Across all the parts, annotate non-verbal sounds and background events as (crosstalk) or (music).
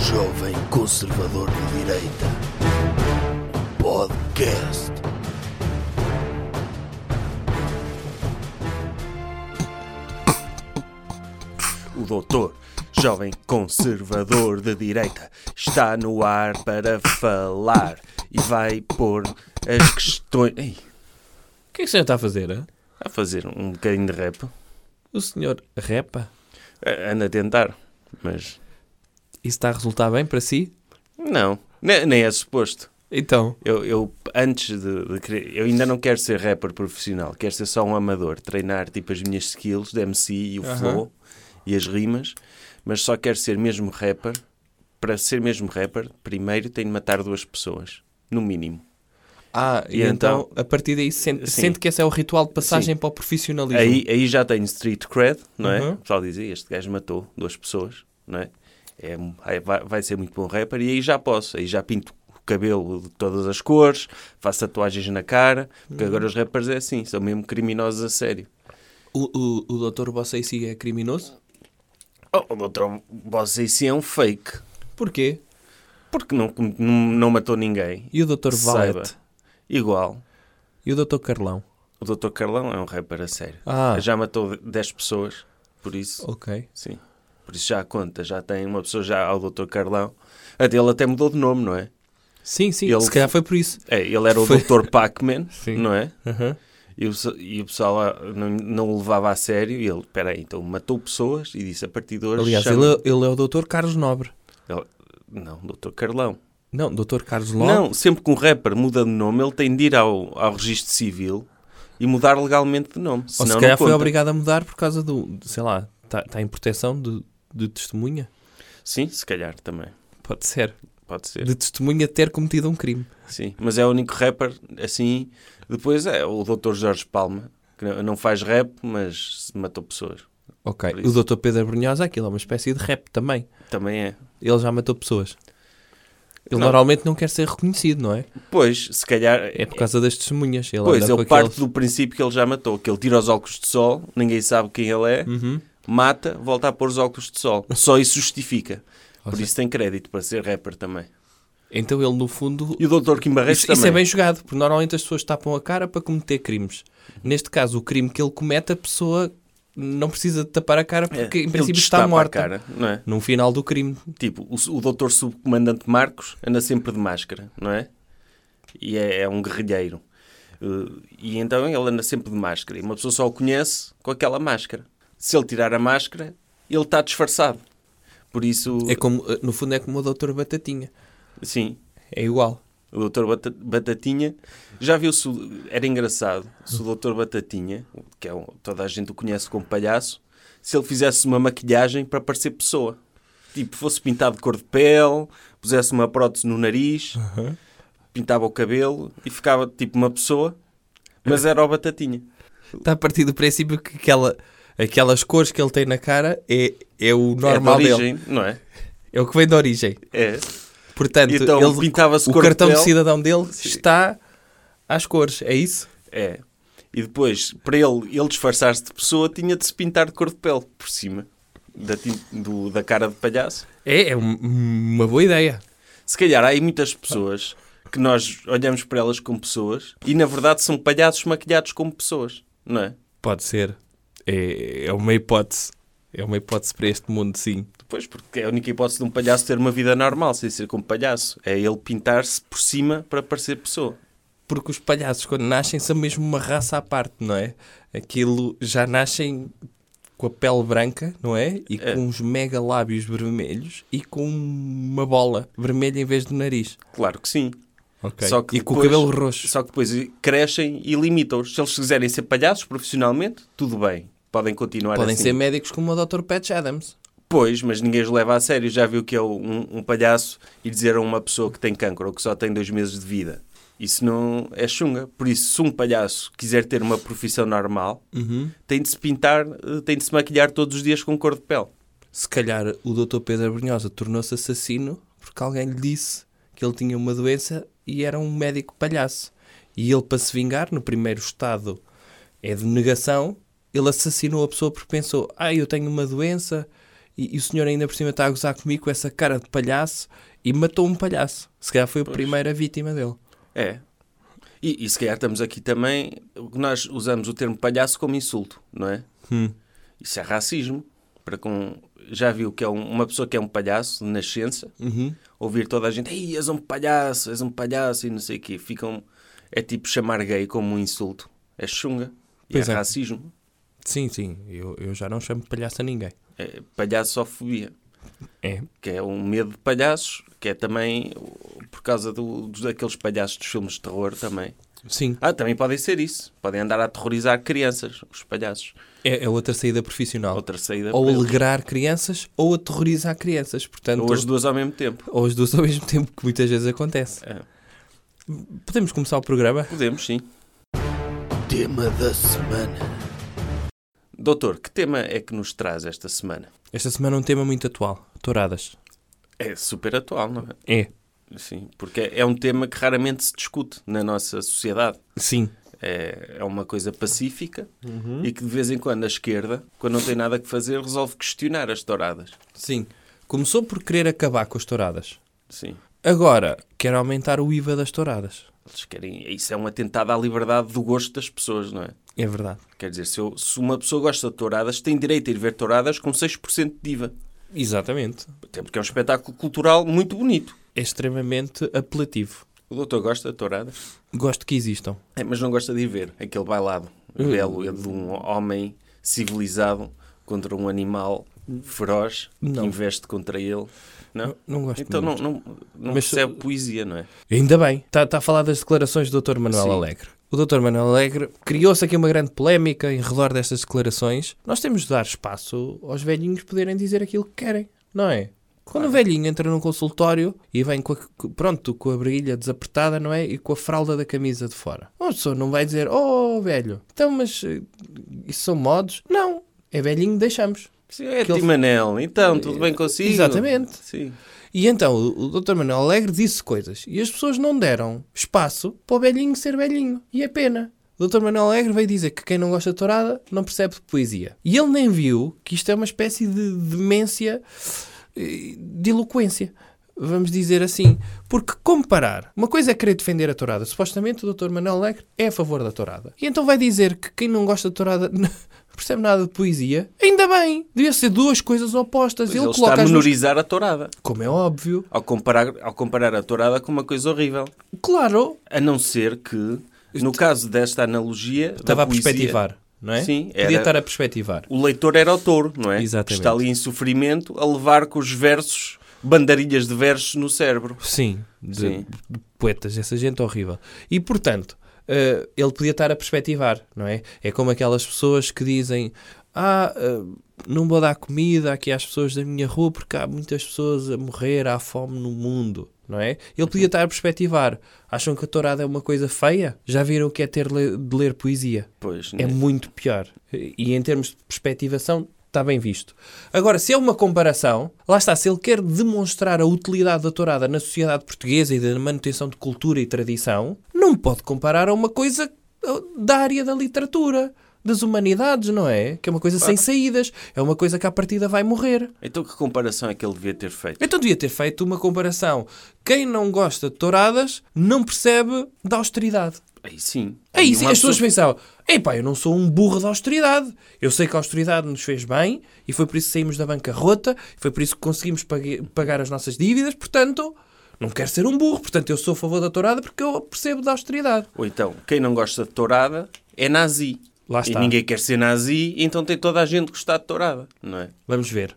Jovem Conservador de Direita. Podcast. O doutor, jovem conservador de direita, está no ar para falar e vai pôr as questões. Ei, O que é que o senhor está a fazer? hã? a fazer um bocadinho de rap. O senhor repa? A- Anda a tentar, mas Isso está a resultar bem para si? não, ne- nem é suposto. Então, Eu, eu, antes de, de querer- eu ainda não quero ser rapper profissional, quero ser só um amador, treinar tipo as minhas skills de MC e o Aham. flow e as rimas, mas só quero ser mesmo rapper. Para ser mesmo rapper, primeiro tenho de matar duas pessoas, no mínimo. ah, e, E então, então- a partir daí sente, Sim. sente que esse é o ritual de passagem para o profissionalismo. Aí, aí já tenho street cred, não é? Uhum. O pessoal dizia, este gajo matou duas pessoas, não é? É um- é- vai, vai ser muito bom rapper e aí já posso, aí já pinto o cabelo de todas as cores, faço tatuagens na cara, porque agora os rappers é assim, são mesmo criminosos a sério. O, o, o doutor Bosseici é criminoso? Oh, doutor, você sim é um fake, Porquê? porque não, não, não matou ninguém. E o doutor Saiba. Valete? Igual, E o doutor Carlão? o doutor Carlão é um rapper a sério. Ah, Já matou 10 pessoas, por isso... ok. Sim. Por isso já conta, já tem uma pessoa já ao Dr. Carlão. Até ele até mudou de nome, não é? Sim, sim, Ele- se calhar foi por isso. é ele era o Foi. Dr. Pac-Man, (laughs) Sim. não é? Aham. E o, pessoal- e o pessoal ah, não, não o levava a sério. E ele, peraí, então matou pessoas e disse a partir de hoje. Aliás, chama-" ele, é- ele é o doutor Carlos Nobre. Não, Dr. Carlão. Não, doutor Carlos Ló. Não, sempre que um rapper muda de nome, ele tem de ir ao, ao registro civil e mudar legalmente de nome. Ou Senão se calhar não foi conta. obrigado a mudar por causa do, sei lá, está está em proteção de, de testemunha? Sim, se calhar também. Pode ser. Pode ser. de testemunha de ter cometido um crime. Sim, mas é o único rapper assim. Depois é o Dr. Jorge Palma, que não- não faz rap, mas matou pessoas. Ok. Por O Dr. Pedro Brunhosa, aquilo é uma espécie de rap também. Também é. Ele já matou pessoas. Ele Não. normalmente não quer ser reconhecido, não é? Pois, se calhar. É por causa das testemunhas. Ele Pois, anda eu com parto aqueles- do princípio que ele já matou, que ele tira os óculos de sol, ninguém sabe quem ele é, Uhum. mata, volta a pôr os óculos de sol. Só isso justifica. Ou Por seja, isso tem crédito para ser rapper também. Então ele, no fundo... E o Dr. Kim Barreiros Isso, isso também. é bem jogado, porque normalmente as pessoas tapam a cara para cometer crimes. Neste caso, o crime que ele comete, a pessoa não precisa de tapar a cara É, porque, em ele princípio, destapa está a morta. cara, não é? No final do crime. Tipo, o, o doutor subcomandante Marcos anda sempre de máscara, não é? E é, é um guerrilheiro. Uh, e então ele anda sempre de máscara. E uma pessoa só o conhece com aquela máscara. Se ele tirar a máscara, ele está disfarçado. Por isso, É como, no fundo, é como o Dr. Batatinha. sim, É igual. o doutor Bata- Batatinha... Já viu se... o- Era engraçado se o doutor Batatinha, que é um- toda a gente o conhece como palhaço, se ele fizesse uma maquilhagem para parecer pessoa. Tipo, fosse pintado de cor de pele, pusesse uma prótese no nariz... pintava o cabelo e ficava tipo uma pessoa, mas era o Batatinha. Está a partir do princípio que aquela, aquelas cores que ele tem na cara é, é o normal é de dele. origem, não é? É o que vem da origem. É. Portanto, Então ele- pintava-se o cor cartão de, de, pele. cidadão dele está às cores, é isso? É. E depois, para ele, ele disfarçar-se de pessoa, tinha de se pintar de cor de pele por cima da, tin- do- da cara de palhaço. É, é um- uma boa ideia. Se calhar há aí muitas pessoas que nós olhamos para elas como pessoas e na verdade são palhaços maquilhados como pessoas, não é? Pode ser. É, é uma hipótese. É uma hipótese para este mundo, sim. Pois, porque é a única hipótese de um palhaço ter uma vida normal sem ser como palhaço. É ele pintar-se por cima para parecer pessoa. Porque os palhaços, quando nascem, são mesmo uma raça à parte, não é? Aquilo já nascem com a pele branca, não é? E É. com uns mega lábios vermelhos e com uma bola vermelha em vez do nariz. Claro que sim. Ok. Só que e com o depois- cabelo roxo. Só que depois crescem e limitam-os. Se eles quiserem ser palhaços profissionalmente, tudo bem. Podem continuar Podem assim. ser médicos como o Dr. Patch Adams. Pois, mas ninguém os leva a sério. Já viu que é um, um palhaço e dizer a uma pessoa que tem cancro ou que só tem dois meses de vida. Isso não é chunga. Por isso, se um palhaço quiser ter uma profissão normal, tem de se pintar, eh, tem de se maquilhar todos os dias com cor de pele. Se calhar o Dr. Pedro Brunhosa tornou-se assassino porque alguém lhe disse que ele tinha uma doença e era um médico palhaço. E ele, para se vingar, no primeiro estado é de negação, ele assassinou a pessoa porque pensou: ah, eu tenho uma doença, E, e o senhor ainda por cima está a gozar comigo com essa cara de palhaço e matou um palhaço. Se calhar foi a primeira vítima dele. É. E, e se calhar estamos aqui também. Nós usamos o termo palhaço como insulto, não é? Isso é racismo. Para com... Já viu que é um- uma pessoa que é um palhaço de nascença, Uhum. ouvir toda a gente, ei, és um palhaço, és um palhaço e não sei o quê. Ficam... É tipo chamar gay como um insulto. É chunga. E Pois é, é. racismo. Sim, sim. Eu, eu já não chamo palhaço a ninguém. É palhaçofobia. É. que é um medo de palhaços, que é também o- por causa do, dos daqueles palhaços dos filmes de terror também. Sim. Ah, também podem ser isso. Podem andar a aterrorizar crianças, os palhaços. É, é outra saída profissional. Outra saída Ou para eles. alegrar crianças ou aterrorizar crianças. Portanto, Ou as duas ao mesmo tempo. ou as duas ao mesmo tempo, que muitas vezes acontece. É. Podemos começar o programa? Podemos, sim. Tema da semana. Doutor, que tema é que nos traz esta semana? Esta semana é um tema muito atual. Touradas. É super atual, não é? É. Sim, porque é um tema que raramente se discute na nossa sociedade. Sim. É, é uma coisa pacífica e que de vez em quando a esquerda, quando não tem nada que fazer, resolve questionar as touradas. Sim. Começou por querer acabar com as touradas. Sim. Agora, quer aumentar o IVA das touradas. Eles querem. Isso é um atentado à liberdade do gosto das pessoas, não é? É verdade. Quer dizer, se, eu- se uma pessoa gosta de touradas, tem direito a ir ver touradas com 6% de IVA. Exatamente. Até porque é um espetáculo cultural muito bonito. É extremamente apelativo. O doutor gosta de touradas, Gosto que existam. é, mas não gosta de ir ver aquele bailado Hum. belo de um homem civilizado contra um animal feroz Não. que investe contra ele. Não? Não, não gosto Então muito. não, não, não Mas- eh, percebe poesia, não é? Ainda bem. Está a falar das declarações do Dr. Manuel Sim. Alegre. O Dr. Manuel Alegre criou-se aqui uma grande polémica em redor destas declarações. Nós temos de dar espaço aos velhinhos poderem dizer aquilo que querem, não é? Quando o velhinho entra num consultório e vem com a, com- pronto, com a brilha desapertada, não é? E com a fralda da camisa de fora. Uma pessoa não vai dizer, oh, velho, então, mas eh, isso são modos? Não. É velhinho, deixamos. Sim, é Aquele- Timanel, então, tudo bem consigo? Exatamente. Sim. E então o o Dr. Manuel Alegre disse coisas e as pessoas não deram espaço para o velhinho ser velhinho. E é pena. O Dr. Manuel Alegre veio dizer que quem não gosta de tourada não percebe de poesia. E ele nem viu que isto é uma espécie de demência eh, de eloquência. Vamos dizer assim. Porque comparar. Uma coisa é querer defender a tourada. Supostamente o Dr. Manuel Alegre é a favor da tourada. E então vai dizer que quem não gosta de tourada (laughs) não percebe nada de poesia. Ainda bem! Devia ser duas coisas opostas. Pois é, ele ele está coloca a as duas- menorizar a tourada. Como é óbvio. ao comparar, ao comparar a tourada com uma coisa horrível. Claro. A não ser que, no caso desta analogia. da Estava a poesia, perspectivar, não é? Sim, Podia era- estar a perspectivar. O leitor era o touro, não é? Exatamente. Que está ali em sofrimento a levar com os versos, bandarilhas de versos no cérebro. Sim, de, Sim. de poetas, essa gente horrível. E portanto, eh, ele podia estar a perspectivar, não é? É como aquelas pessoas que dizem: Ah, eh, não vou dar comida aqui às pessoas da minha rua porque há muitas pessoas a morrer, há fome no mundo. Não é? Ele Uhum. podia estar a perspectivar. Acham que a tourada é uma coisa feia? Já viram o que é ter le- de ler poesia? Pois, né? é muito pior. E em termos de perspectivação, está bem visto. Agora, se é uma comparação, lá está, se ele quer demonstrar a utilidade da tourada na sociedade portuguesa e da manutenção de cultura e tradição, não pode comparar a uma coisa uh, da área da literatura, das humanidades, não é? Que é uma coisa sem saídas, é uma coisa que à partida vai morrer. Então, que comparação é que ele devia ter feito? Então devia ter feito uma comparação. Quem não gosta de touradas não percebe da austeridade. Aí sim. É Aí isso, uma as pessoas pessoa- pensavam, epá, eu não sou um burro da austeridade. Eu sei que a austeridade nos fez bem e foi por isso que saímos da bancarrota, foi por isso que conseguimos pague- pagar as nossas dívidas, portanto, não quero ser um burro, portanto, eu sou a favor da tourada porque eu percebo da austeridade. Ou então, quem não gosta de tourada é nazi. Lá está. E ninguém quer ser nazi, então tem toda a gente que gostar de tourada, não é? Vamos ver.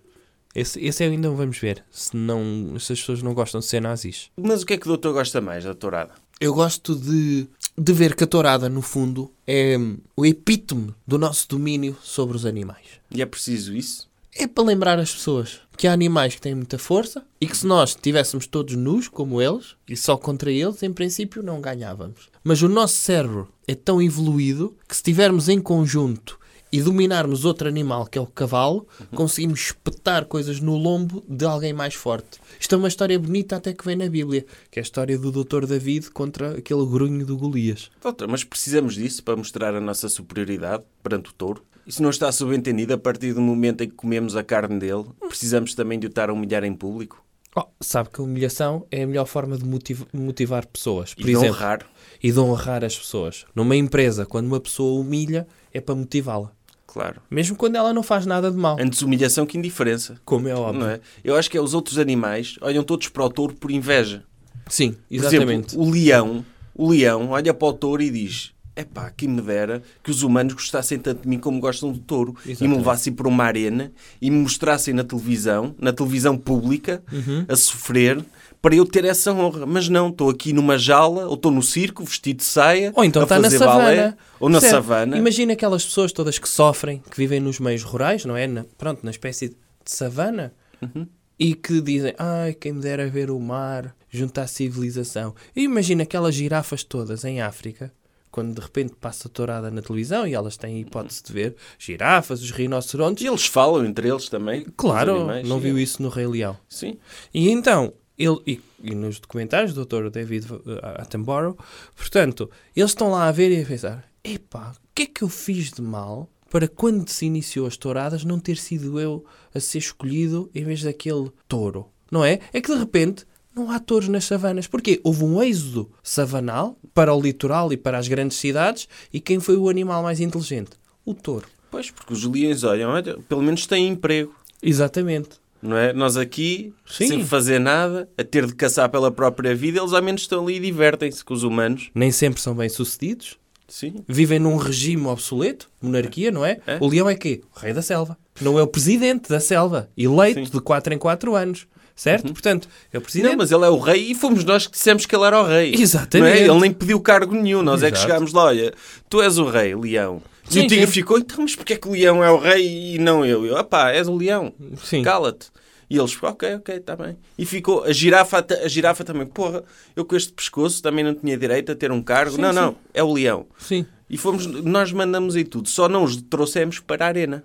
Esse, esse ainda não vamos ver, se, não, se as pessoas não gostam de ser nazis. Mas o que é que o doutor gosta mais da tourada? Eu gosto de, de ver que a tourada, no fundo, é o epítome do nosso domínio sobre os animais. E é preciso isso? é para lembrar as pessoas que há animais que têm muita força e que se nós estivéssemos todos nus, como eles, e só contra eles, em princípio não ganhávamos. Mas o nosso cérebro é tão evoluído que se estivermos em conjunto e dominarmos outro animal, que é o cavalo, Uhum. conseguimos espetar coisas no lombo de alguém mais forte. Isto é uma história bonita até que vem na Bíblia, que é a história do Dr. David contra aquele grunho do Golias. Doutor, mas precisamos disso para mostrar a nossa superioridade perante o touro? Isso não está subentendido a partir do momento em que comemos a carne dele? Precisamos também de o estar a humilhar em público? Oh, sabe que a humilhação é a melhor forma de motiv- motivar pessoas. Por e de exemplo, honrar? e de honrar as pessoas. Numa empresa, quando uma pessoa humilha, é para motivá-la. Claro. Mesmo quando ela não faz nada de mal. Antes humilhação que indiferença. Como é óbvio. Não é? Eu acho que é os outros animais olham todos para o touro por inveja. Sim, Por exatamente. exemplo, o leão, o leão olha para o touro e diz: Epá, que me dera que os humanos gostassem tanto de mim como gostam do touro e me Exatamente. levassem para uma arena e me mostrassem na televisão, na televisão pública, Uhum. a sofrer para eu ter essa honra. Mas não, estou aqui numa jaula ou estou no circo vestido de saia Ou então a está na fazer savana. balé, ou na Percebe? savana. Imagina aquelas pessoas todas que sofrem, que vivem nos meios rurais, não é? Na- pronto, na espécie de savana. Uhum. E que dizem, ai, quem me dera ver o mar junto à civilização. E imagina aquelas girafas todas em África, quando de repente passa a tourada na televisão e elas têm a hipótese de ver girafas, os E rinocerontes. eles falam entre eles também. os Claro, animais, não sim. viu isso no Rei Leão. Sim. E então, ele, e, e nos documentários do Dr. David eh, Attenborough, portanto, eles estão lá a ver e a pensar: epá, o que é que eu fiz de mal para quando se iniciou as touradas não ter sido eu a ser escolhido em vez daquele touro? Não é? É que de repente. Não há touros nas savanas. Porquê? Houve um êxodo savanal para o litoral e para as grandes cidades. E quem foi o animal mais inteligente? O touro. Pois, porque os leões olham, olha, pelo menos têm emprego. Exatamente. Não é? Nós aqui, Sim. sem fazer nada, a ter de caçar pela própria vida, eles ao menos estão ali e divertem-se com os humanos. Nem sempre são bem-sucedidos. Sim. vivem num regime obsoleto, monarquia, não é? É. O leão é quê? O rei da selva. Não é o presidente da selva, eleito Sim. Uhum. de 4 em 4 anos, certo? Portanto, é o presidente. Não, mas ele é o rei e fomos nós que dissemos que ele era o rei. Exatamente. Não é? Ele nem pediu cargo nenhum. Nós é que Exato. chegámos lá, olha, tu és o rei, leão. e Sim, o tigre sim. ficou, então, mas porquê que o leão é o rei e não eu? Eu, opá, és o leão. Sim. Cala-te. E eles, ok, ok, está bem. E ficou, a girafa, ta- a girafa também, porra, eu com este pescoço também não tinha direito a ter um cargo. Sim, não, sim. não, é o leão. Sim. E fomos, nós mandamos em tudo, só não os trouxemos para a arena.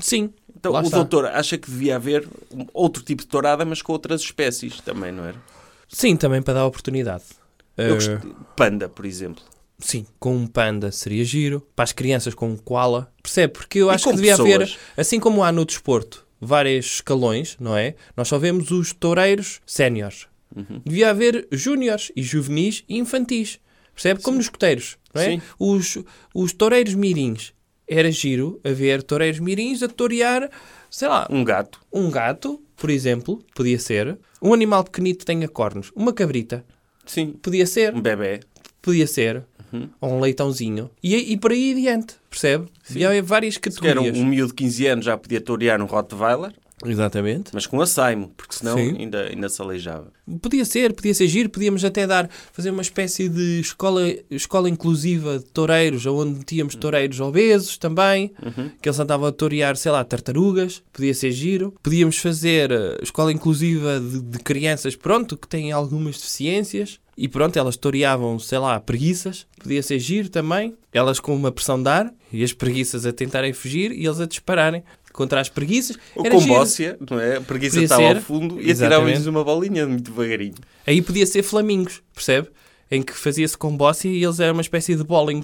Sim. Então Lá o está. doutor acha que devia haver um- outro tipo de tourada, mas com outras espécies também, não era? Sim, também para dar oportunidade. Eu Eh, gost- Panda, por exemplo. Sim, com um panda seria giro. Para as crianças com um koala. Percebe? Porque eu E acho que com devia haver, pessoas? assim como há no desporto, vários escalões, não é? Nós só vemos os toureiros séniores. Uhum. Devia haver júniores e juvenis e infantis. Percebe? Como nos coteiros, não é? Sim. Os, os toureiros mirins. Era giro haver toureiros mirins a torear, sei lá, Um gato. um gato, por exemplo, podia ser. Um animal pequenito que tenha cornos. Uma cabrita, Sim. podia ser Um bebê. podia ser, ou um leitãozinho, e, e por aí adiante, percebe? E há várias Que era um, categorias. um miúdo de 15 anos, já podia torear um Rottweiler, Exatamente. mas com açaimo, porque senão Sim. ainda, ainda se aleijava. Podia ser, podia ser giro, podíamos até dar, fazer uma espécie de escola, escola inclusiva de toureiros, onde metíamos toureiros obesos também, que eles andavam a torear, sei lá, tartarugas, podia ser giro. Podíamos fazer eh, escola inclusiva de, de crianças, pronto, que têm algumas deficiências. E pronto, elas toreavam, sei lá, preguiças, podia ser giro também, elas com uma pressão de ar, e as preguiças a tentarem fugir e eles a dispararem contra as preguiças. Ou Era com giro. bócia, não é? A preguiça Podia estava ser. ao fundo e atirava-lhes Exatamente. uma bolinha muito devagarinho. Aí podia ser flamingos, percebe? Em que fazia-se com bócia e eles eram uma espécie de bowling.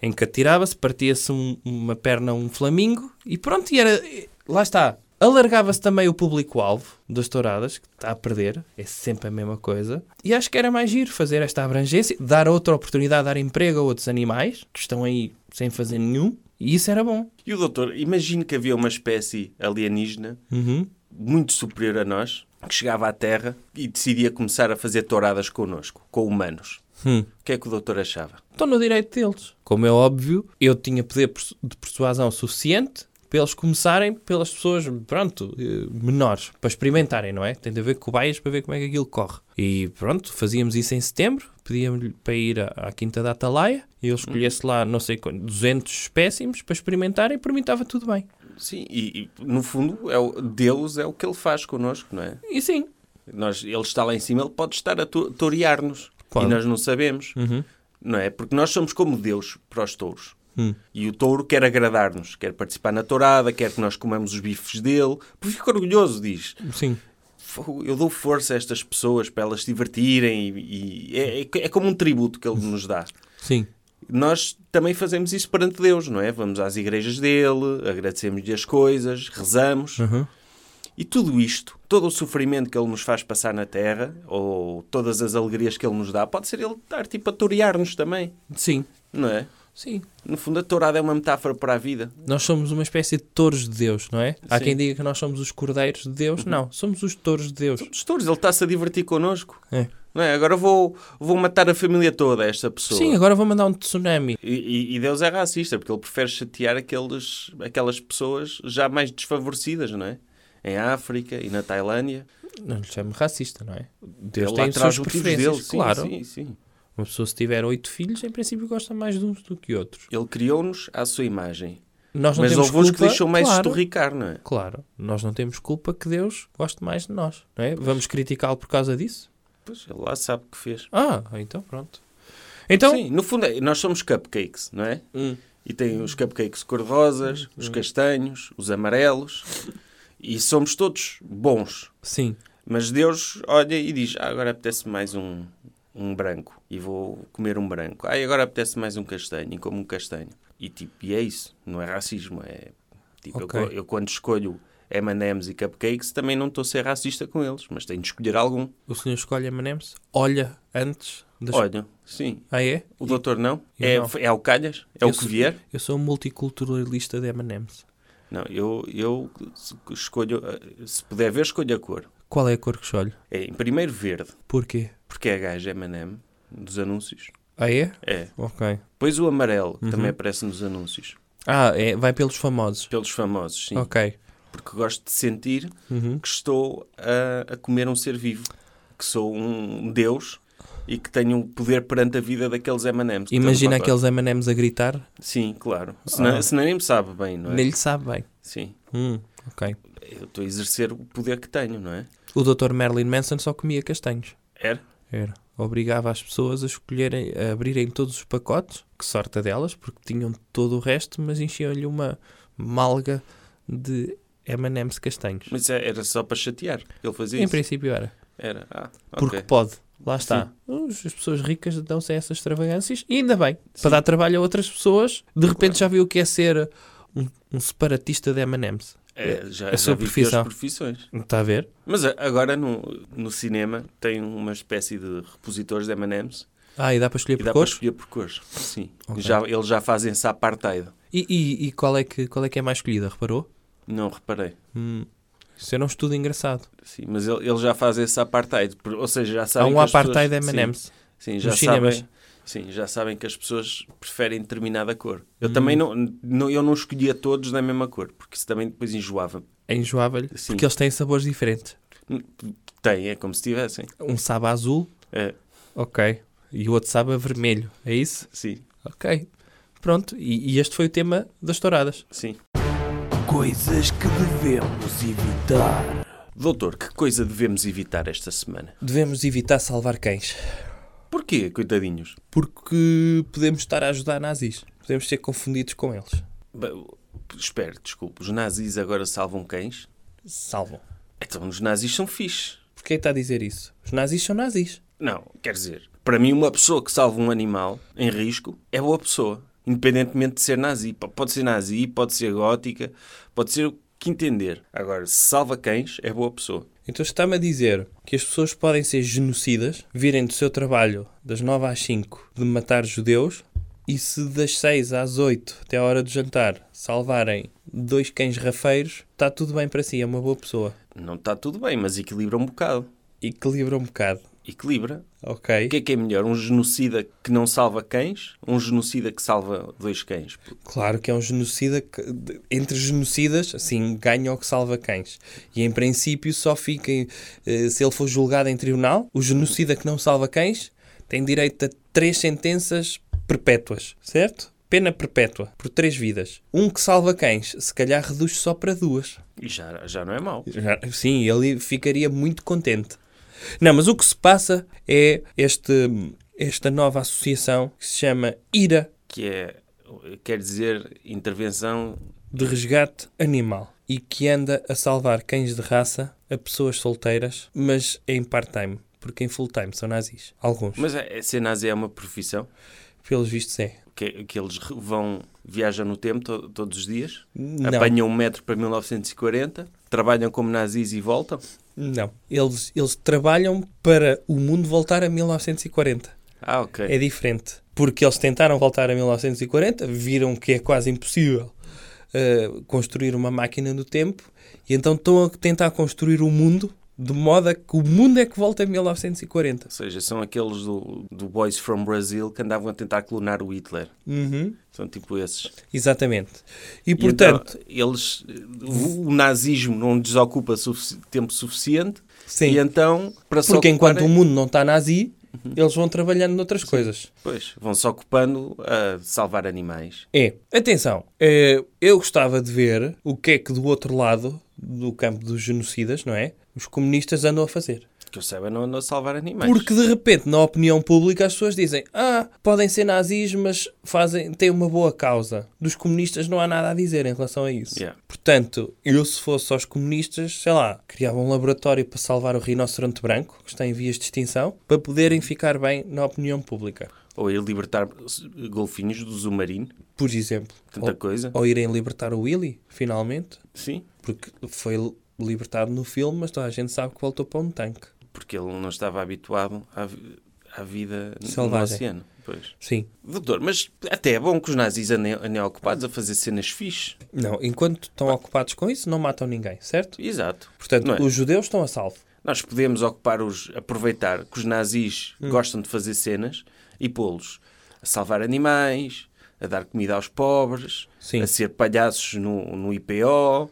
Em que atirava-se, partia-se um- uma perna a um flamingo e pronto, e era... e- Lá está. Alargava-se também o público-alvo das touradas, que está a perder, é sempre a mesma coisa. E acho que era mais giro fazer esta abrangência, dar outra oportunidade, dar emprego a outros animais que estão aí sem fazer nenhum, e isso era bom. E o doutor, imagino que havia uma espécie alienígena Uhum. muito superior a nós, que chegava à Terra e decidia começar a fazer touradas connosco, com humanos. Hum. O que é que o doutor achava? Estou no direito deles. Como é óbvio, eu tinha poder persu- de persuasão suficiente para eles começarem pelas pessoas, pronto, eh, menores, para experimentarem, não é? Tem de haver cobaias para ver como é que aquilo corre. E pronto, fazíamos isso em setembro, pedíamos-lhe para ir à, à Quinta da Atalaia e eu escolhesse lá, não sei quantos, 200 espécimes para experimentarem e para mim estava tudo bem. Sim, e, e, no fundo é o, Deus é o que ele faz connosco, não é? E sim. Nós, ele está lá em cima, ele pode estar a to- torear-nos Pode. Uhum. e nós não sabemos, não é? Porque nós somos como Deus para os touros. Hum. E o touro quer agradar-nos, quer participar na tourada, quer que nós comamos os bifes dele, porque fica orgulhoso, diz. Sim. "Fogo, Eu dou força a estas pessoas para elas se divertirem e, e é, é- é como um tributo que ele nos dá. Sim. Nós também fazemos isso perante Deus, não é? Vamos às igrejas dele, agradecemos-lhe as coisas, rezamos. Uhum. E tudo isto, todo o sofrimento que ele nos faz passar na terra, ou todas as alegrias que ele nos dá, pode ser ele dar tipo a torear-nos também, Sim. não é? Sim. No fundo, a tourada é uma metáfora para a vida. Nós somos uma espécie de touros de Deus, não é? Há Sim. quem diga que nós somos os cordeiros de Deus. Não, somos os touros de Deus. Os touros, ele está-se a divertir connosco. É. Não é? Agora vou, vou matar a família toda, esta pessoa. Sim, agora vou mandar um tsunami. E- E, e Deus é racista, porque ele prefere chatear aqueles, aquelas pessoas já mais desfavorecidas, não é? Em África e na Tailândia. Não lhe chamo racista, não é? Deus Ele tem lá as traz suas os motivos preferências, dele, sim, claro. sim, sim. Uma pessoa se tiver oito filhos, em princípio gosta mais de uns do que outros. Ele criou-nos à sua imagem. Nós não Mas temos houve uns que culpa, deixou mais claro, esturricar, não é? Claro, nós não temos culpa que Deus goste mais de nós, não é? Vamos criticá-lo por causa disso? Pois, ele lá sabe o que fez. Ah, então pronto. Então, Sim, no fundo, é- nós somos cupcakes, não é? Hum. E tem os cupcakes cor-de-rosas, os Uhum. castanhos, os amarelos. E somos todos bons. sim, Mas Deus olha e diz: ah, agora apetece mais um, um branco e vou comer um branco. Ah, agora apetece mais um castanho e como um castanho. E tipo, e é isso. Não é racismo. É tipo, eu Ok. co- eu, quando escolho M&M's e cupcakes também não estou a ser racista com eles, mas tenho de escolher algum. o senhor escolhe M&M's, olha antes das... Olha, sim. Ah é? O doutor não? eu É, não. é ao calhas? É Eu o que sou- vier? Eu sou um multiculturalista de M&M's. Não, eu, eu se- escolho, eh, se puder ver, escolho a cor. Qual é a cor que escolho? É, em primeiro, verde, Porquê? porque é a gaja M&M dos anúncios. Ah é? É. Ok. Pois o amarelo, que Uhum. também aparece nos anúncios. Ah, é, vai pelos famosos. Pelos famosos, sim. Ok. Porque gosto de sentir Uhum. que estou a, a comer um ser vivo. Que sou um deus e que tenho um poder perante a vida daqueles M&M's. que Imagina estão no aqueles M&M's a gritar, pacote. Sim, claro. Senão, Ah. senão nem me sabe bem, não é? nem lhe sabe bem. Sim. Hum, ok. Eu estou a exercer o poder que tenho, não é? O Dr. Marilyn Manson só comia castanhos. Era? Era. Obrigava as pessoas a escolherem, a abrirem todos os pacotes, que sorte a delas, porque tinham todo o resto, mas enchiam-lhe uma malga de M&M's castanhos. Mas é- era só para chatear. Ele fazia Em isso. princípio era. Era. Ah, Porque ok. Tá. pode. Lá está. Os- As pessoas ricas dão-se a essas extravagâncias e ainda bem. Sim. Para dar trabalho a outras pessoas, de repente já viu o que é ser um, um separatista de M&M's. É, já, a já sua vi piores profissão. profissões. Está a ver? Mas a- agora no, no cinema tem uma espécie de repositores de M&M's Ah, e dá para escolher E por dá cores? para escolher por cores. Sim. Ok. Já, eles já fazem essa apartheid. E, e- e qual, é que, qual é que é mais escolhida, reparou? Não reparei. Hum, isso era um estudo engraçado. Sim, mas ele- eles já fazem esse apartheid. Por- Ou seja, já Há sabem um que as apartheid de pessoas... M&M's. Sim, sim, já nos sabem... cinemas. Sim, já sabem que as pessoas preferem determinada cor. Eu Hum. também não, não, eu não escolhia todos da mesma cor, porque isso também depois enjoava. É enjoável-lhe, Sim. porque eles têm sabores diferentes. Tem, é como se tivessem. Um sabe a azul, É, ok, e o outro sabe a vermelho, é isso? sim, Ok. Pronto, e, e este foi o tema das touradas. sim. Coisas que devemos evitar. Doutor, que coisa devemos evitar esta semana? Devemos evitar salvar cães, Porquê, coitadinhos? porque podemos estar a ajudar nazis. Podemos ser confundidos com eles. Bem, espera, desculpe, os nazis agora salvam cães? Salvam. Então os nazis são fixe. Porquê está a dizer isso? Os nazis são nazis. Não, quer dizer, para mim uma pessoa que salva um animal em risco é boa pessoa, independentemente de ser nazi. P- Pode ser nazi, pode ser gótica, pode ser o que entender. Agora, se salva cães, é boa pessoa. Então está-me a dizer que as pessoas podem ser genocidas, virem do seu trabalho das 9 às 5 de matar judeus e se das 6 às 8 até a hora do jantar salvarem dois cães rafeiros, está tudo bem para si, é uma boa pessoa. Não está tudo bem, mas equilibra um bocado. Equilibra um bocado, Equilibra. ok? O que é que é melhor? Um genocida que não salva cães? Um genocida que salva dois cães? Claro que é um genocida que, de- entre genocidas, assim, ganha o que salva cães. E em princípio só fica, eh, se ele for julgado em tribunal, o genocida que não salva cães tem direito a três sentenças perpétuas, certo? Pena perpétua, por três vidas. Um que salva cães, se calhar reduz só para duas. E já, já não é mau. Já- sim, ele ficaria muito contente. Não, mas o que se passa é este, esta nova associação que se chama IRA Que é, quer dizer, intervenção de resgate animal e que anda a salvar cães de raça a pessoas solteiras, mas em part-time, porque em full-time são nazis. Alguns. Mas é, é ser nazi é uma profissão? Pelos vistos é. que, que eles re- vão, viajam no tempo to- todos os dias, Não. apanham um metro para 1940, trabalham como nazis e voltam. Não. Eles, eles trabalham para o mundo voltar a 1940. Ah, ok. É diferente. Porque eles tentaram voltar a 1940, viram que é quase impossível uh, construir uma máquina do tempo e então estão a tentar construir o mundo de modo a que o mundo é que volta a 1940. Ou seja, são aqueles do, do Boys from Brazil que andavam a tentar clonar o Hitler. Uhum. São tipo esses. Exatamente. E E portanto, então, eles, o, o nazismo não desocupa sufici- tempo suficiente sim. e então, para se porque enquanto um ocuparem- o mundo não está nazi, eles vão trabalhando noutras coisas. Pois, vão-se ocupando a salvar animais. É. Atenção, eh, eu gostava de ver o que é que do outro lado do campo dos genocidas, não é? Os comunistas andam a fazer. Que eu saiba, não andam a salvar animais. Porque de repente, na opinião pública, as pessoas dizem: Ah, podem ser nazis, mas fazem, têm uma boa causa. Dos comunistas não há nada a dizer em relação a isso. Yeah. Portanto, eu se fosse aos comunistas, sei lá, criava um laboratório para salvar o rinoceronte branco, que está em vias de extinção, para poderem ficar bem na opinião pública. Ou ir libertar golfinhos do submarino. Por exemplo. Tanta Ou- coisa. Ou irem libertar o Willy, finalmente. Sim, Porque foi li- libertado no filme, mas toda a gente sabe que voltou para um tanque. porque ele não estava habituado à, vi- à vida n- Selvagem. no oceano. Pois. Sim. Doutor, mas até é bom que os nazis andem andem ocupados a fazer cenas fixe. Não, enquanto estão ocupados com isso, não matam ninguém, certo? Exato. Portanto, Não é? os judeus estão a salvo. Nós podemos ocupar os, aproveitar que os nazis Hum. gostam de fazer cenas e pô-los a salvar animais, a dar comida aos pobres, Sim. a ser palhaços no, no IPO,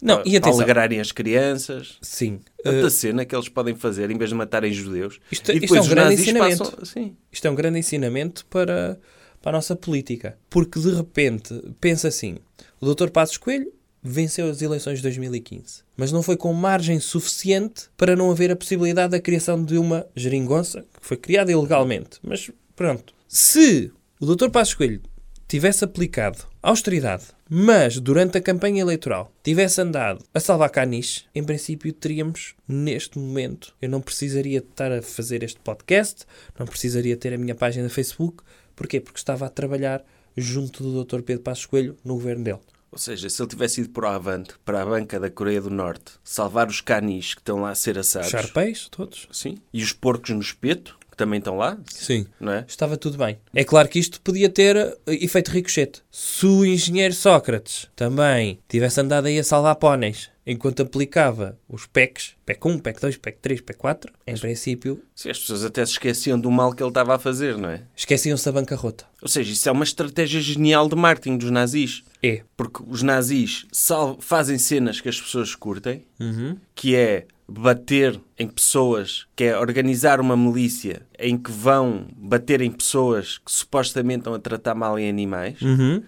Não, a, e a atenção. alegrarem as crianças. Sim. Tanta Uh, cena que eles podem fazer em vez de matarem judeus. Isto- e isto depois é um os grande nazis ensinamento. passam- sim. isto é um grande ensinamento para, para a nossa política. Porque, de repente, pensa assim, o Dr. Passos Coelho venceu as eleições de 2015, mas não foi com margem suficiente para não haver a possibilidade da criação de uma geringonça, que foi criada ilegalmente. Mas, pronto. Se o Dr. Passos Coelho tivesse aplicado austeridade, mas durante a campanha eleitoral tivesse andado a salvar canis, em princípio teríamos, neste momento, eu não precisaria de estar a fazer este podcast, não precisaria ter a minha página de Facebook. Porquê? Porque estava a trabalhar junto do Dr. Pedro Passos Coelho no governo dele. Ou seja, se ele tivesse ido para o Avante, para a banca da Coreia do Norte, salvar os canis que estão lá a ser assados. Charpéis, todos? Sim. E os porcos no espeto, que também estão lá, Sim. não é? Estava tudo bem. É claro que isto podia ter eh, efeito ricochete. Se o engenheiro Sócrates também tivesse andado aí a salvar póneis enquanto aplicava os PECs, PEC 1, PEC 2, PEC 3, PEC 4, em princípio Sim, as pessoas até se esqueciam do mal que ele estava a fazer, não é? esqueciam-se da bancarrota. Ou seja, isso é uma estratégia genial de marketing dos nazis. É. Porque os nazis sal- fazem cenas que as pessoas curtem, Uhum. que é bater em pessoas, que é organizar uma milícia em que vão bater em pessoas que supostamente estão a tratar mal em animais.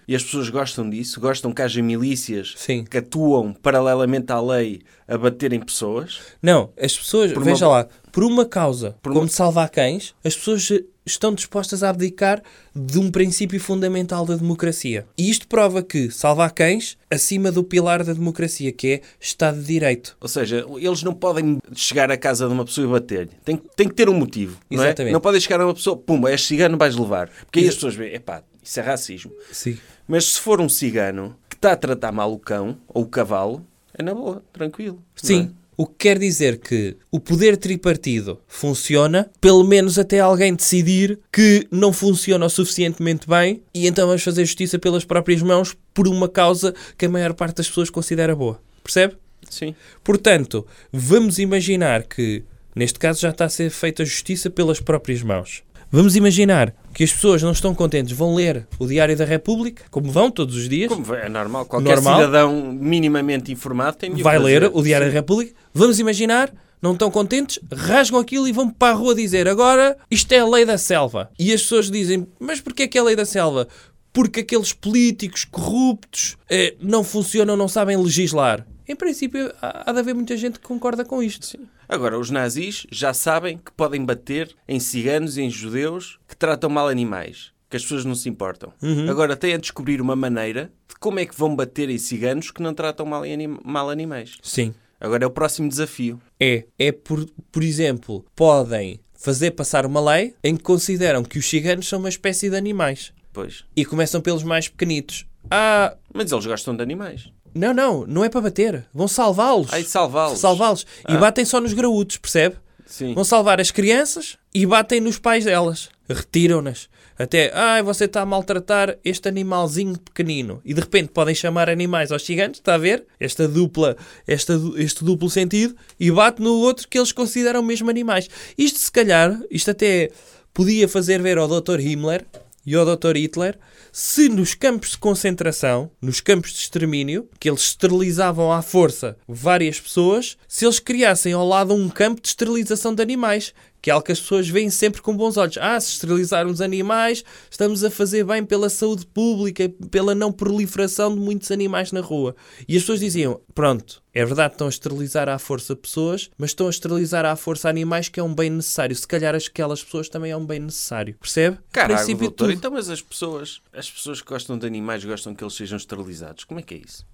E as pessoas gostam disso, gostam que haja milícias Uhum. Sim. que atuam paralelamente à lei a bater em pessoas. Não, as pessoas, Por uma- veja lá, por uma causa, Por uma- como salvar cães, as pessoas eh, estão dispostas a abdicar de um princípio fundamental da democracia. E isto prova que salvar cães acima do pilar da democracia, que é Estado de Direito. Ou seja, eles não podem chegar à casa de uma pessoa e bater-lhe. Tem, tem que ter um motivo. Não, é? Exatamente. não podem chegar a uma pessoa, pumba, és cigano, vais levar. Porque aí as pessoas veem, epá, isso é racismo. Sim. Mas se for um cigano que está a tratar mal o cão ou o cavalo, é na boa, tranquilo. não é? Sim. é? O que quer dizer que o poder tripartido funciona, pelo menos até alguém decidir que não funciona o suficientemente bem, e então vamos fazer justiça pelas próprias mãos por uma causa que a maior parte das pessoas considera boa. Percebe? é? Sim. Portanto, vamos imaginar que, neste caso, já está a ser feita justiça pelas próprias mãos. Vamos imaginar que as pessoas não estão contentes, vão ler o Diário da República, como vão todos os dias, Como é normal, qualquer Normal. cidadão minimamente informado tem de vai fazer. ler o Diário Sim. da República. Vamos imaginar, não estão contentes, rasgam aquilo e vão para a rua dizer agora isto é a lei da selva. E as pessoas dizem, mas porquê é que é a lei da selva? Porque aqueles políticos corruptos eh, não funcionam, não sabem legislar. Em princípio, há, há de haver muita gente que concorda com isto. Agora, os nazis já sabem que podem bater em ciganos e em judeus que tratam mal animais, que as pessoas não se importam. Uhum. Agora têm a descobrir uma maneira de como é que vão bater em ciganos que não tratam mal, em anim- mal animais. Sim. Agora é o próximo desafio. É. É, por, por exemplo, podem fazer passar uma lei em que consideram que os ciganos são uma espécie de animais. Pois. E começam pelos mais pequenitos. Ah, Mas eles gostam de animais. não, não, não é para bater. Vão salvá-los. Ai, salvá-los. Salvá-los. E Ah. batem só nos graúdos, percebe? Sim. Vão salvar as crianças e batem nos pais delas. Retiram-nas. Até, ai, você está a maltratar este animalzinho pequenino. E de repente podem chamar animais aos gigantes, está a ver? Esta dupla, esta, du- este duplo sentido. E bate no outro que eles consideram mesmo animais. Isto se calhar, isto até podia fazer ver ao Dr. Himmler e ao Dr. Hitler se nos campos de concentração, nos campos de extermínio, que eles esterilizavam à força várias pessoas, se eles criassem ao lado um campo de esterilização de animais, que é algo que as pessoas veem sempre com bons olhos. Ah, se esterilizarmos animais, estamos a fazer bem pela saúde pública, e pela não proliferação de muitos animais na rua. E as pessoas diziam: pronto, é verdade, estão a esterilizar à força pessoas, mas estão a esterilizar à força animais, que é um bem necessário. Se calhar aquelas pessoas também é um bem necessário. Percebe? Caralho, Princípio de doutor, tudo. então mas as pessoas, as pessoas que gostam de animais gostam que eles sejam esterilizados. Como é que é isso?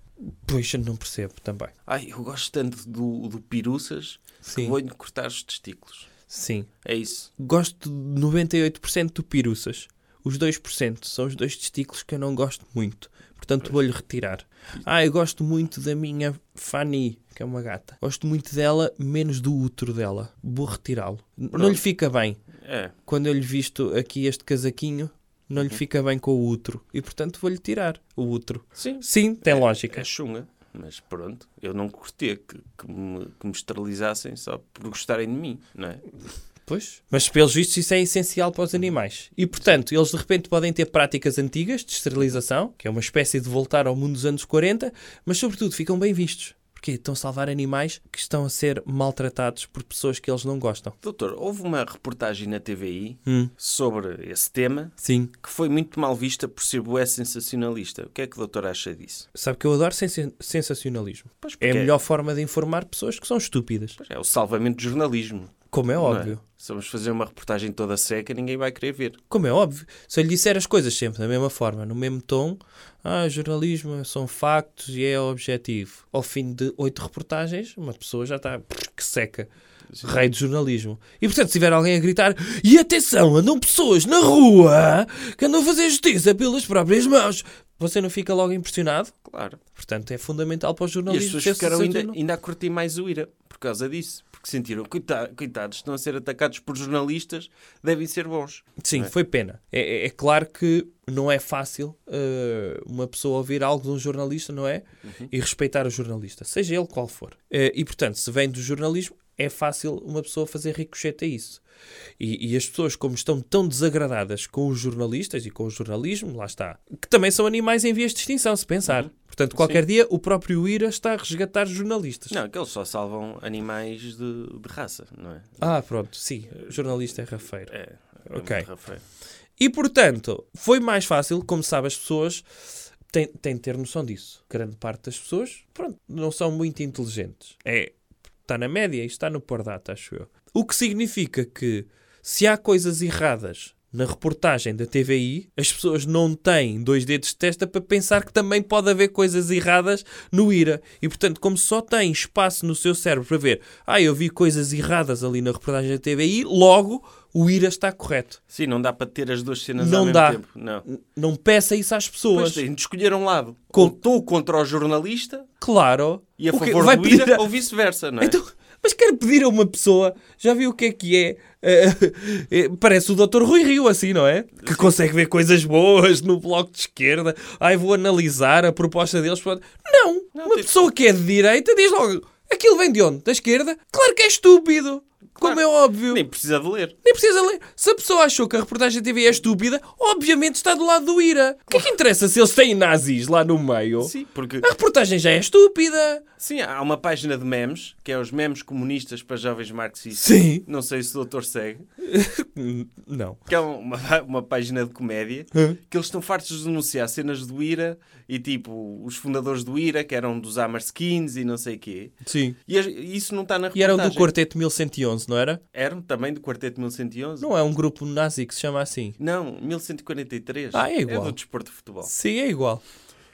Pois, eu não percebo também. Ai, eu gosto tanto do, do piruças que Sim, vou-lhe cortar os testículos. sim. É isso. Gosto de 98% do piruças. Os 2% são os dois testículos que eu não gosto muito. Portanto, vou-lhe retirar. Ah, eu gosto muito da minha Fanny, que é uma gata. Gosto muito dela, menos do útero dela. Vou retirá-lo. N- Não lhe fica bem. É. Quando eu lhe visto aqui este casaquinho, não lhe fica bem com o útero. E, portanto, vou-lhe tirar o útero. Sim. Sim, tem lógica. É chunga. Mas pronto, eu não curtia que, que, me, que me esterilizassem só por gostarem de mim, não é? Pois. Mas pelos vistos isso é essencial para os animais. E portanto, eles de repente podem ter práticas antigas de esterilização, que é uma espécie de voltar ao mundo dos anos 40, mas sobretudo ficam bem vistos. Porque estão a salvar animais que estão a ser maltratados por pessoas que eles não gostam. Doutor, houve uma reportagem na TVI Hum. sobre esse tema Sim. que foi muito mal vista por ser bué sensacionalista. O que é que o doutor acha disso? Sabe que eu adoro sensa- sensacionalismo. Pois É a porque melhor forma de informar pessoas que são estúpidas. pois é o salvamento do jornalismo. Como é não é? óbvio. Se vamos fazer uma reportagem toda seca, ninguém vai querer ver. Como é óbvio, se eu lhe disser as coisas sempre da mesma forma, no mesmo tom, ah, jornalismo são factos e é objetivo. Ao fim de oito reportagens, uma pessoa já está prr, que seca. Rei do jornalismo. E portanto, se tiver alguém a gritar, e atenção, andam pessoas na rua que andam a fazer justiça pelas próprias mãos, você não fica logo impressionado? Claro. Portanto, é fundamental para E o as jornalismo. pessoas ser ficaram ainda, sensacional. ainda a curtir mais o IRA por causa disso. Porque sentiram, "Coita- coitados, estão a ser atacados por jornalistas, devem ser bons. Sim, foi pena. É, é- é claro que não é fácil eh, uma pessoa ouvir algo de um jornalista, não é? E respeitar o jornalista, seja ele qual for. Eh, e portanto, se vem do jornalismo, é fácil uma pessoa fazer ricochete a isso. E, e as pessoas, como estão tão desagradadas com os jornalistas e com o jornalismo, lá está, que também são animais em vias de extinção, se pensar. Portanto, qualquer dia o próprio IRA está a resgatar jornalistas. Não, que eles só salvam animais de, de raça, não é? Ah, pronto, sim, jornalista é rafeiro. É. é Ok. muito rafeiro. E portanto, foi mais fácil, como sabe, as pessoas têm, têm de ter noção disso. Grande parte das pessoas, pronto, não são muito inteligentes. É, está na média, isto está no pordata, acho eu. O que significa que se há coisas erradas na reportagem da TVI, as pessoas não têm dois dedos de testa para pensar que também pode haver coisas erradas no IRA. E portanto, como só tem espaço no seu cérebro para ver, ah, eu vi coisas erradas ali na reportagem da TVI, logo o IRA está correto. Sim, não dá para ter as duas cenas Não ao mesmo dá. tempo. Não. N- não peça isso às pessoas. Pois tem de escolher um lado. Com- Ou tu contra o jornalista Claro. e a O quê? favor Vai do pedir IRA a- ou vice-versa, não é? Então, mas quero pedir a uma pessoa, já viu o que é que é? Eh, (laughs) eh, parece o Dr. Rui Rio, assim, não é? Que consegue ver coisas boas no bloco de esquerda. Ai, vou analisar a proposta deles. Pronto. Não, Não, uma tipo- pessoa que é de direita diz logo: aquilo vem de onde? Da esquerda? Claro que é estúpido. Como é óbvio. Nem precisa de ler. Nem precisa ler. Se a pessoa achou que a reportagem da TV é estúpida, obviamente está do lado do IRA. O que é que interessa se eles têm nazis lá no meio? Sim, porque A reportagem já é estúpida. sim, há uma página de memes, que é os memes comunistas para jovens marxistas. Sim. Não sei se o doutor segue. Não. Que é uma, (laughs) uma página de comédia que eles estão fartos de denunciar cenas do IRA e tipo os fundadores do IRA que eram dos Amarskins e não sei quê. Sim. E as- isso não está na E eram do reportagem. Quarteto 1111, não era? Eram também do Quarteto 1111? Não é um grupo nazi que se chama assim. Não, 1143. Ah, é igual. É do desporto de futebol. Sim, é igual.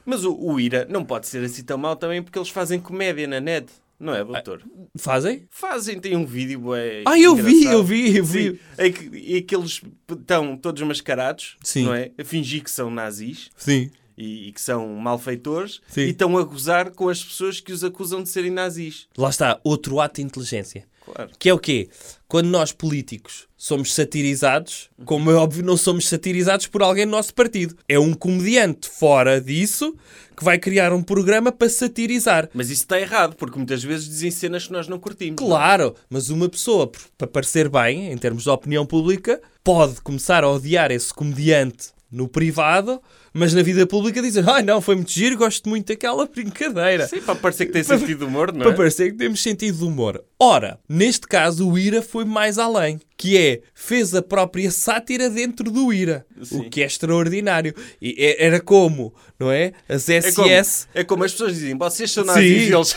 Mas o, o Ira não pode ser assim tão mau também porque eles fazem comédia na net. Não é, doutor? Fazem? Fazem, tem um vídeo, bué Ah, eu vi, engraçado. eu vi, eu vi. Sim, é que, e que eles estão todos mascarados, Sim. não é? A fingir que são nazis Sim. e, e que são malfeitores Sim. e estão a gozar com as pessoas que os acusam de serem nazis. Lá está, outro ato de inteligência. Claro. Que é o quê? Quando nós políticos somos satirizados, como é óbvio, não somos satirizados por alguém do nosso partido. É um comediante fora disso que vai criar um programa para satirizar. Mas isso está errado, porque muitas vezes dizem cenas que nós não é? curtimos. Claro, mas uma pessoa, por- para parecer bem, em termos de opinião pública, pode começar a odiar esse comediante no privado, mas na vida pública dizer: Ai não, foi muito giro, gosto muito daquela brincadeira. Sim, para parecer que tem sentido de humor, não Para é? parecer que temos sentido de humor. Ora, neste caso, o Ira foi mais além, que é, fez a própria sátira dentro do Ira, o Sim. que é extraordinário. E é- era como, não é? As É como, SS... é como as pessoas dizem, vocês são nazis Sim. e eles...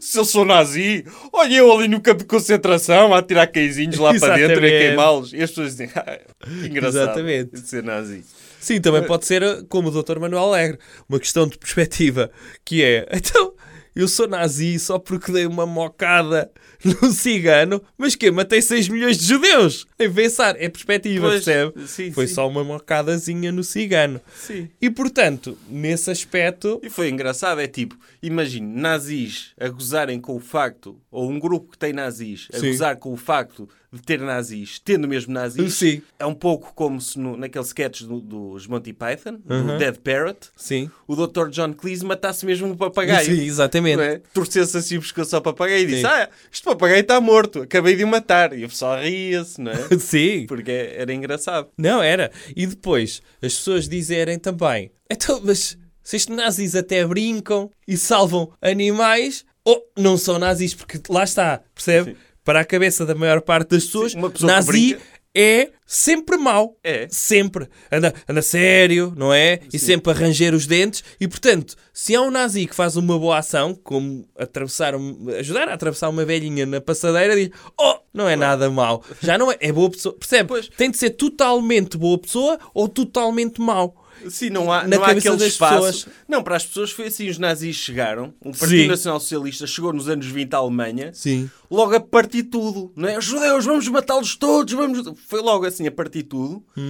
(laughs) Se eu sou nazi, olha eu ali no campo de concentração a tirar queizinhos lá para dentro e a Exatamente. queimá-los. E as pessoas dizem, (laughs) ah, que engraçado Exatamente. de ser nazi. Sim, Eh, também pode ser uh, como o Dr. Manuel Alegre, uma questão de perspectiva, que é, (laughs) então, eu sou nazi só porque dei uma mocada (laughs) num cigano, mas que matei 6 milhões de judeus. Nem pensar, é perspectiva, Pois, percebe? sim, Foi sim. só uma mocadazinha no cigano. Sim. E portanto, nesse aspecto, E foi engraçado, é tipo, imagine nazis a gozarem com o facto, ou um grupo que tem nazis a Sim. gozar com o facto de ter nazis, tendo mesmo nazis, Sim. é um pouco como se no- naquele sketch do- dos Monty Python, Uhum. do Dead Parrot, sim. (laughs) o Dr. John Cleese matasse mesmo um papagaio. Sim, exatamente. não é? Torcesse assim o pescoço ao papagaio e disse: Sim. Ah, este papagaio está morto, acabei de o matar. E o pessoal ria-se, não é? (laughs) Sim. Porque é, era engraçado. Não, era. E depois, as pessoas dizerem também, então, mas se estes nazis até brincam e salvam animais, ou não são nazis, porque lá está, percebe? Para a cabeça da maior parte das pessoas, Sim, uma pessoa que nazi brinca- é sempre mau. É. Sempre. Anda, anda sério, não é? E sempre a ranger os dentes. E, portanto, se há um nazi que faz uma boa ação, como atravessar um- ajudar a atravessar uma velhinha na passadeira, diz, oh, não é nada mau. Já não é, é boa pessoa. Percebe? Pois. Tem de ser totalmente boa pessoa ou totalmente mau. Sim, não há, Na não há cabeça aquele das espaço. pessoas. Não, para as pessoas foi assim: os nazis chegaram, o Sim. Partido Nacional Socialista chegou nos anos 20 à Alemanha, Sim. logo a partir tudo, não é? Os judeus, vamos matá-los todos, vamos. Foi logo assim, a partir tudo. Hum.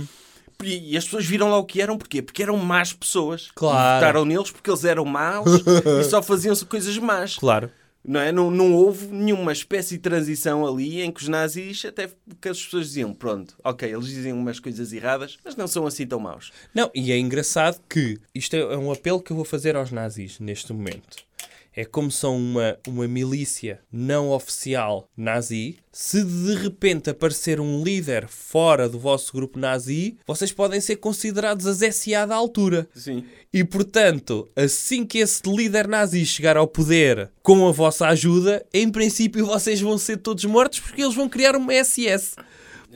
E e as pessoas viram lá o que eram, porquê? Porque eram más pessoas. Claro. E Votaram neles porque eles eram (laughs) maus e só faziam-se coisas más. Claro. Não, é? não, não houve nenhuma espécie de transição ali em que os nazis, até que as pessoas diziam, pronto, ok, eles dizem umas coisas erradas, mas não são assim tão maus. Não, e é engraçado que isto é é um apelo que eu vou fazer aos nazis neste momento. É como são uma, uma milícia não oficial nazi. Se de repente aparecer um líder fora do vosso grupo nazi, vocês podem ser considerados as SA da altura. Sim. E portanto, assim que esse líder nazi chegar ao poder com a vossa ajuda, em princípio vocês vão ser todos mortos porque eles vão criar uma SS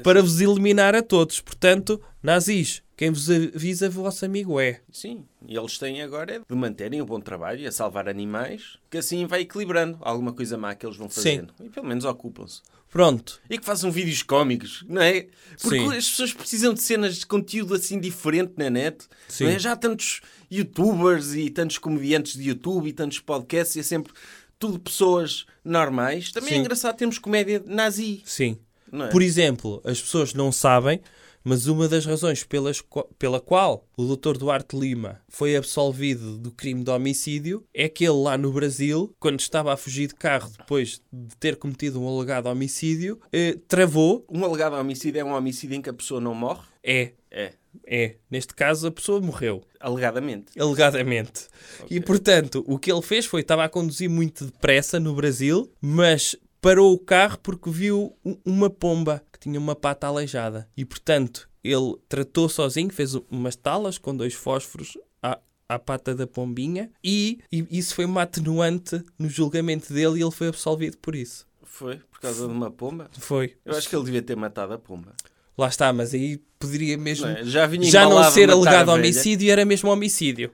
para vos eliminar a todos. Portanto, nazis, quem vos avisa, vosso amigo é. Sim, e eles têm agora é de manterem o bom trabalho e a salvar animais, que assim vai equilibrando alguma coisa má que eles vão fazendo. E pelo menos ocupam-se. Pronto. E que façam vídeos cómicos, não é? Porque Sim. as pessoas precisam de cenas de conteúdo assim diferente na net. Sim. Não é? Já há tantos youtubers e tantos comediantes de YouTube e tantos podcasts e é sempre tudo pessoas normais. Também Sim. é engraçado termos comédia nazi. Sim. Não é? Por exemplo, as pessoas não sabem, mas uma das razões pelas qua- pela qual o Dr. Duarte Lima foi absolvido do crime de homicídio é que ele lá no Brasil, quando estava a fugir de carro depois de ter cometido um alegado homicídio, eh, travou. Um alegado homicídio é um homicídio em que a pessoa não morre? É, É, é. Neste caso, a pessoa morreu. alegadamente. Alegadamente. E portanto, o que ele fez foi: estava a conduzir muito depressa no Brasil, mas parou o carro porque viu u- uma pomba que tinha uma pata aleijada. E portanto, ele tratou sozinho, fez u- umas talas com dois fósforos à, à pata da pombinha, e, e isso foi uma atenuante no julgamento dele e ele foi absolvido por isso. Foi? Por causa de uma pomba? Foi. Eu acho que ele devia ter matado a pomba. Lá está, mas aí poderia mesmo. Não é? Já vinha Já não embalado ser matar alegado a velha. homicídio, era mesmo homicídio.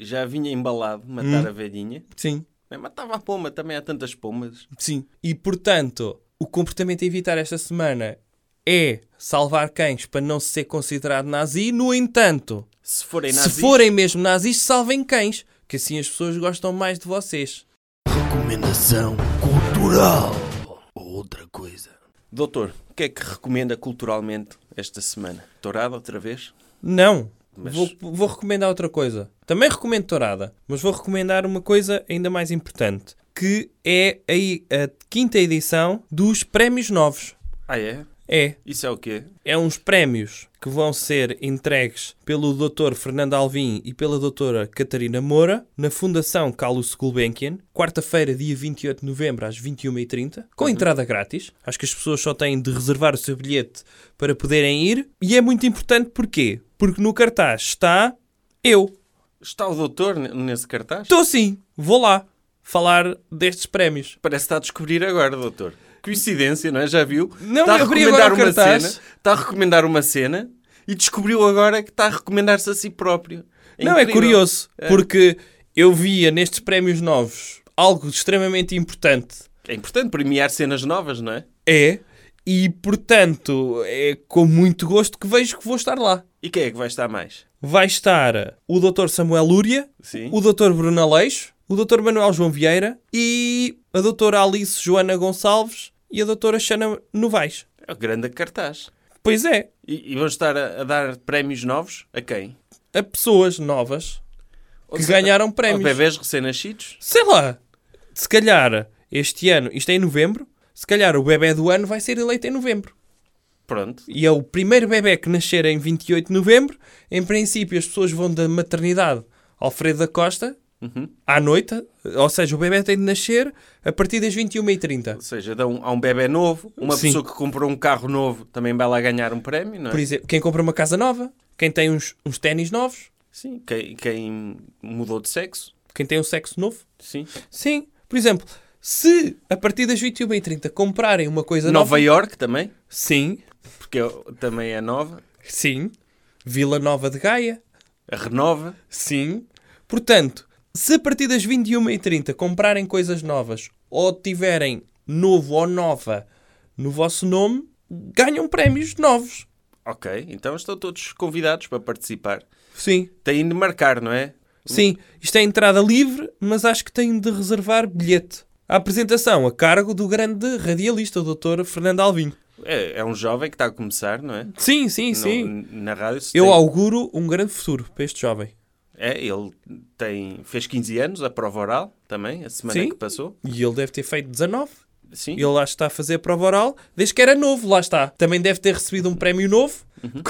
Já vinha embalado matar Hum. a velhinha. Sim. Não é? Matava a pomba, também há tantas pombas. Sim. E portanto, o comportamento a evitar esta semana é salvar cães para não ser considerado nazi. No entanto, Se forem se nazis, forem mesmo nazis, salvem cães, que assim as pessoas gostam mais de vocês. Recomendação cultural. Outra coisa. Doutor, o que é que recomenda culturalmente esta semana? Tourada outra vez? Não. Mas- Vou, vou recomendar outra coisa. Também recomendo tourada, mas vou recomendar uma coisa ainda mais importante, que é a, a quinta edição dos Prémios Novos. Ah, é? É, Isso é o quê? é uns prémios que vão ser entregues pelo Dr. Fernando Alvim e pela Dra. Catarina Moura na Fundação Carlos Gulbenkian, quarta-feira, dia 28 de novembro, às 21h30, com Uhum. entrada grátis. Acho que as pessoas só têm de reservar o seu bilhete para poderem ir. E é muito importante porquê? Porque no cartaz está eu. Está o doutor ne- nesse cartaz? Estou sim, vou lá falar destes prémios. Parece que está a descobrir agora, doutor. Coincidência, não é? Já viu? Não, está a eu abri recomendar agora o uma cartaz. cena. Está a recomendar uma cena e descobriu agora que está a recomendar-se a si próprio. não, é incrível. curioso, É. porque eu via nestes prémios novos algo extremamente importante É importante premiar cenas novas, não é? É, e portanto é com muito gosto que vejo que vou estar lá. E quem é que vai estar mais? Vai estar o Dr. Samuel Lúria, Sim. o Dr. Bruno Aleixo, o Dr. Manuel João Vieira e a Dra. Alice Joana Gonçalves e a Dra. Xana Novaes. É o grande cartaz. Pois é, E, e vão estar a, a dar prémios novos a quem? a pessoas novas que ganharam Aos prémios. bebés recém-nascidos? Sei lá, se calhar este ano, isto é em novembro, se calhar o bebê do ano vai ser eleito em novembro. Pronto. e é o primeiro bebê que nascer em 28 de novembro. Em princípio, as pessoas vão da maternidade Alfredo da Costa Uhum. à noite, ou seja, o bebê tem de nascer a partir das Ou 21h30. seja, dão a um bebê novo, uma Sim. pessoa que comprou um carro novo também vai lá ganhar um prémio, não é? Por exemplo, quem compra uma casa nova, quem tem uns, uns ténis novos, Sim. Quem, quem mudou de sexo? quem tem um sexo novo. Sim. Sim, por exemplo, se a partir das 21h30 comprarem uma coisa nova. Nova York também, Sim, porque eu- também é nova. sim. Vila Nova de Gaia. A Renova. Sim. Portanto, se a partir das 21h30 comprarem coisas novas ou tiverem novo ou nova no vosso nome, ganham prémios novos. Ok, então estão todos convidados para participar. Sim. Têm de marcar, não é? Sim. Isto é entrada livre, mas acho que têm de reservar bilhete. A apresentação a cargo do grande radialista, o Dr. Fernando Alvim. É, é um jovem que está a começar, não é? Sim, sim, No- sim. na rádio. se Eu tem- auguro um grande futuro para este jovem. É, ele tem, fez 15 anos, a prova oral também, a semana Sim. que passou. E ele deve ter feito 19. Sim. Ele lá está a fazer prova oral, desde que era novo, lá está. Também deve ter recebido um prémio novo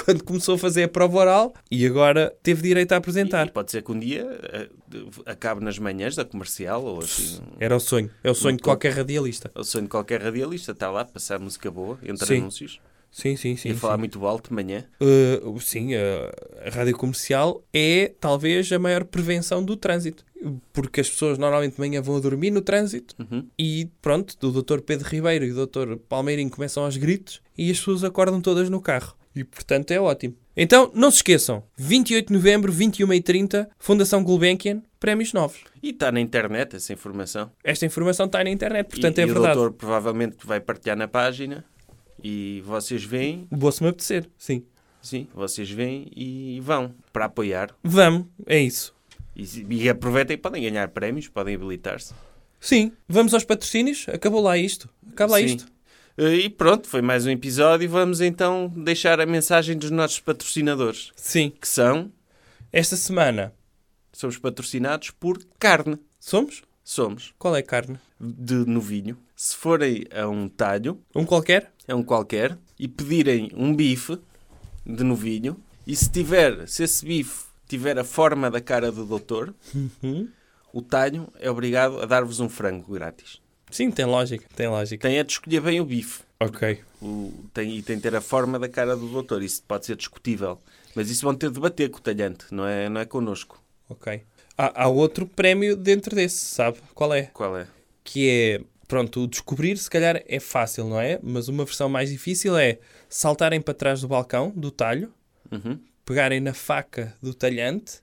quando começou a fazer a prova oral e agora teve direito a E, e apresentar. pode ser que um dia eh, acabe nas manhãs da comercial ou assim. Era o sonho, é o sonho de qualquer radialista. O sonho de qualquer radialista está lá, passar música boa, entre Sim. anúncios, Sim, sim, sim. e falar sim. muito alto de manhã. Uh, sim, uh, a rádio comercial é talvez a maior prevenção do trânsito, porque as pessoas normalmente de manhã vão a dormir no trânsito Uhum. e pronto, o Dr. Pedro Ribeiro e o Dr. Palmeirinho começam aos gritos e as pessoas acordam todas no carro. E portanto é ótimo. Então não se esqueçam, 28 de novembro, 21h30, Fundação Gulbenkian, prémios novos. E está na internet essa informação. Esta informação está na internet, portanto e, é e verdade. o doutor provavelmente vai partilhar na página e vocês veem, Vou-se me apetecer, sim. sim, vocês veem e vão para apoiar. Vamos, é isso. E, se- e aproveitem, podem ganhar prémios, podem habilitar-se. Sim, vamos aos patrocínios? Acabou lá isto. Acaba lá Sim. isto. Eh, E pronto, foi mais um episódio. Vamos então deixar a mensagem dos nossos patrocinadores, Sim. que são, Esta semana somos patrocinados por carne. somos? Somos Qual é a carne? de novinho. Se forem a um talho, Um qualquer? é um qualquer, e pedirem um bife de novinho, e se tiver, se esse bife tiver a forma da cara do doutor, o talho é obrigado a dar-vos um frango grátis. Sim, tem lógica. Tem lógica. Tem é de escolher bem o bife. Ok. O- tem, e tem de ter a forma da cara do doutor. Isso pode ser discutível. Mas isso vão ter de bater com o talhante, não é, não é connosco. Ok. Há, há outro prémio dentro desse, sabe? Qual é? Qual é? Que é, pronto, o descobrir se calhar é fácil, não é? Mas uma versão mais difícil é saltarem para trás do balcão, do talho, Uhum. pegarem na faca do talhante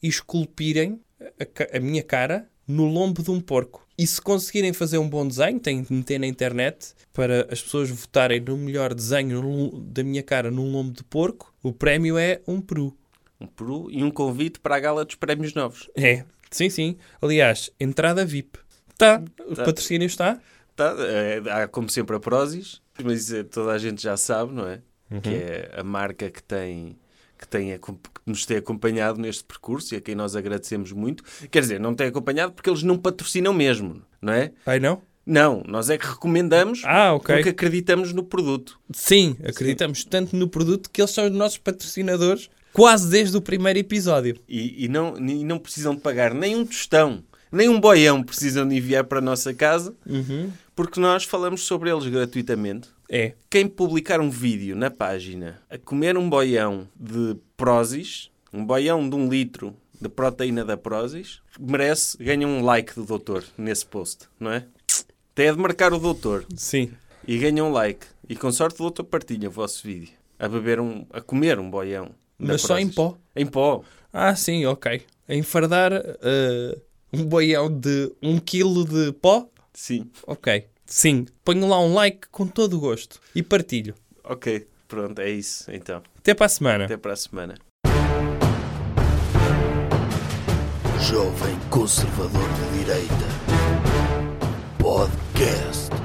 e esculpirem a, ca- a minha cara no lombo de um porco. E se conseguirem fazer um bom desenho, têm de meter na internet para as pessoas votarem no melhor desenho no lo- da minha cara num lombo de porco, o prémio é um peru. Um peru e um convite para a gala dos prémios novos. É, sim, sim. Aliás, entrada VIP. Está. O patrocínio está. Tá, é, há como sempre a Prozis, mas eh, toda a gente já sabe, não é? Uhum. Que é a marca que tem que, tem, acom- que nos tem acompanhado neste percurso e a quem nós agradecemos muito. Quer dizer, não tem acompanhado porque eles não patrocinam mesmo, não é? Ai, não? Não, nós é que recomendamos Ah, ok. porque acreditamos no produto. Sim, acreditamos tanto no produto que eles são os nossos patrocinadores quase desde o primeiro episódio. E, e não, e não precisam de pagar nem um tostão, nem um boião precisam de enviar para a nossa casa, Uhum. porque nós falamos sobre eles gratuitamente. É. Quem publicar um vídeo na página a comer um boião de Prozis, um boião de um litro de proteína da Prozis, merece, ganha um like do doutor nesse post, não é? Até é de marcar o doutor Sim. e ganha um like. E com sorte o doutor partilha o vosso vídeo. A beber um, a comer um boião. da Mas só em Prozis. pó. Em pó. Ah, sim, ok. Enfardar eh, um boião de 1 um kg de pó? Sim. Ok. Sim, ponho lá um like com todo o gosto e partilho. Ok, pronto, é isso então. Até para a semana. Até para a semana. Jovem Conservador de Direita. Podcast.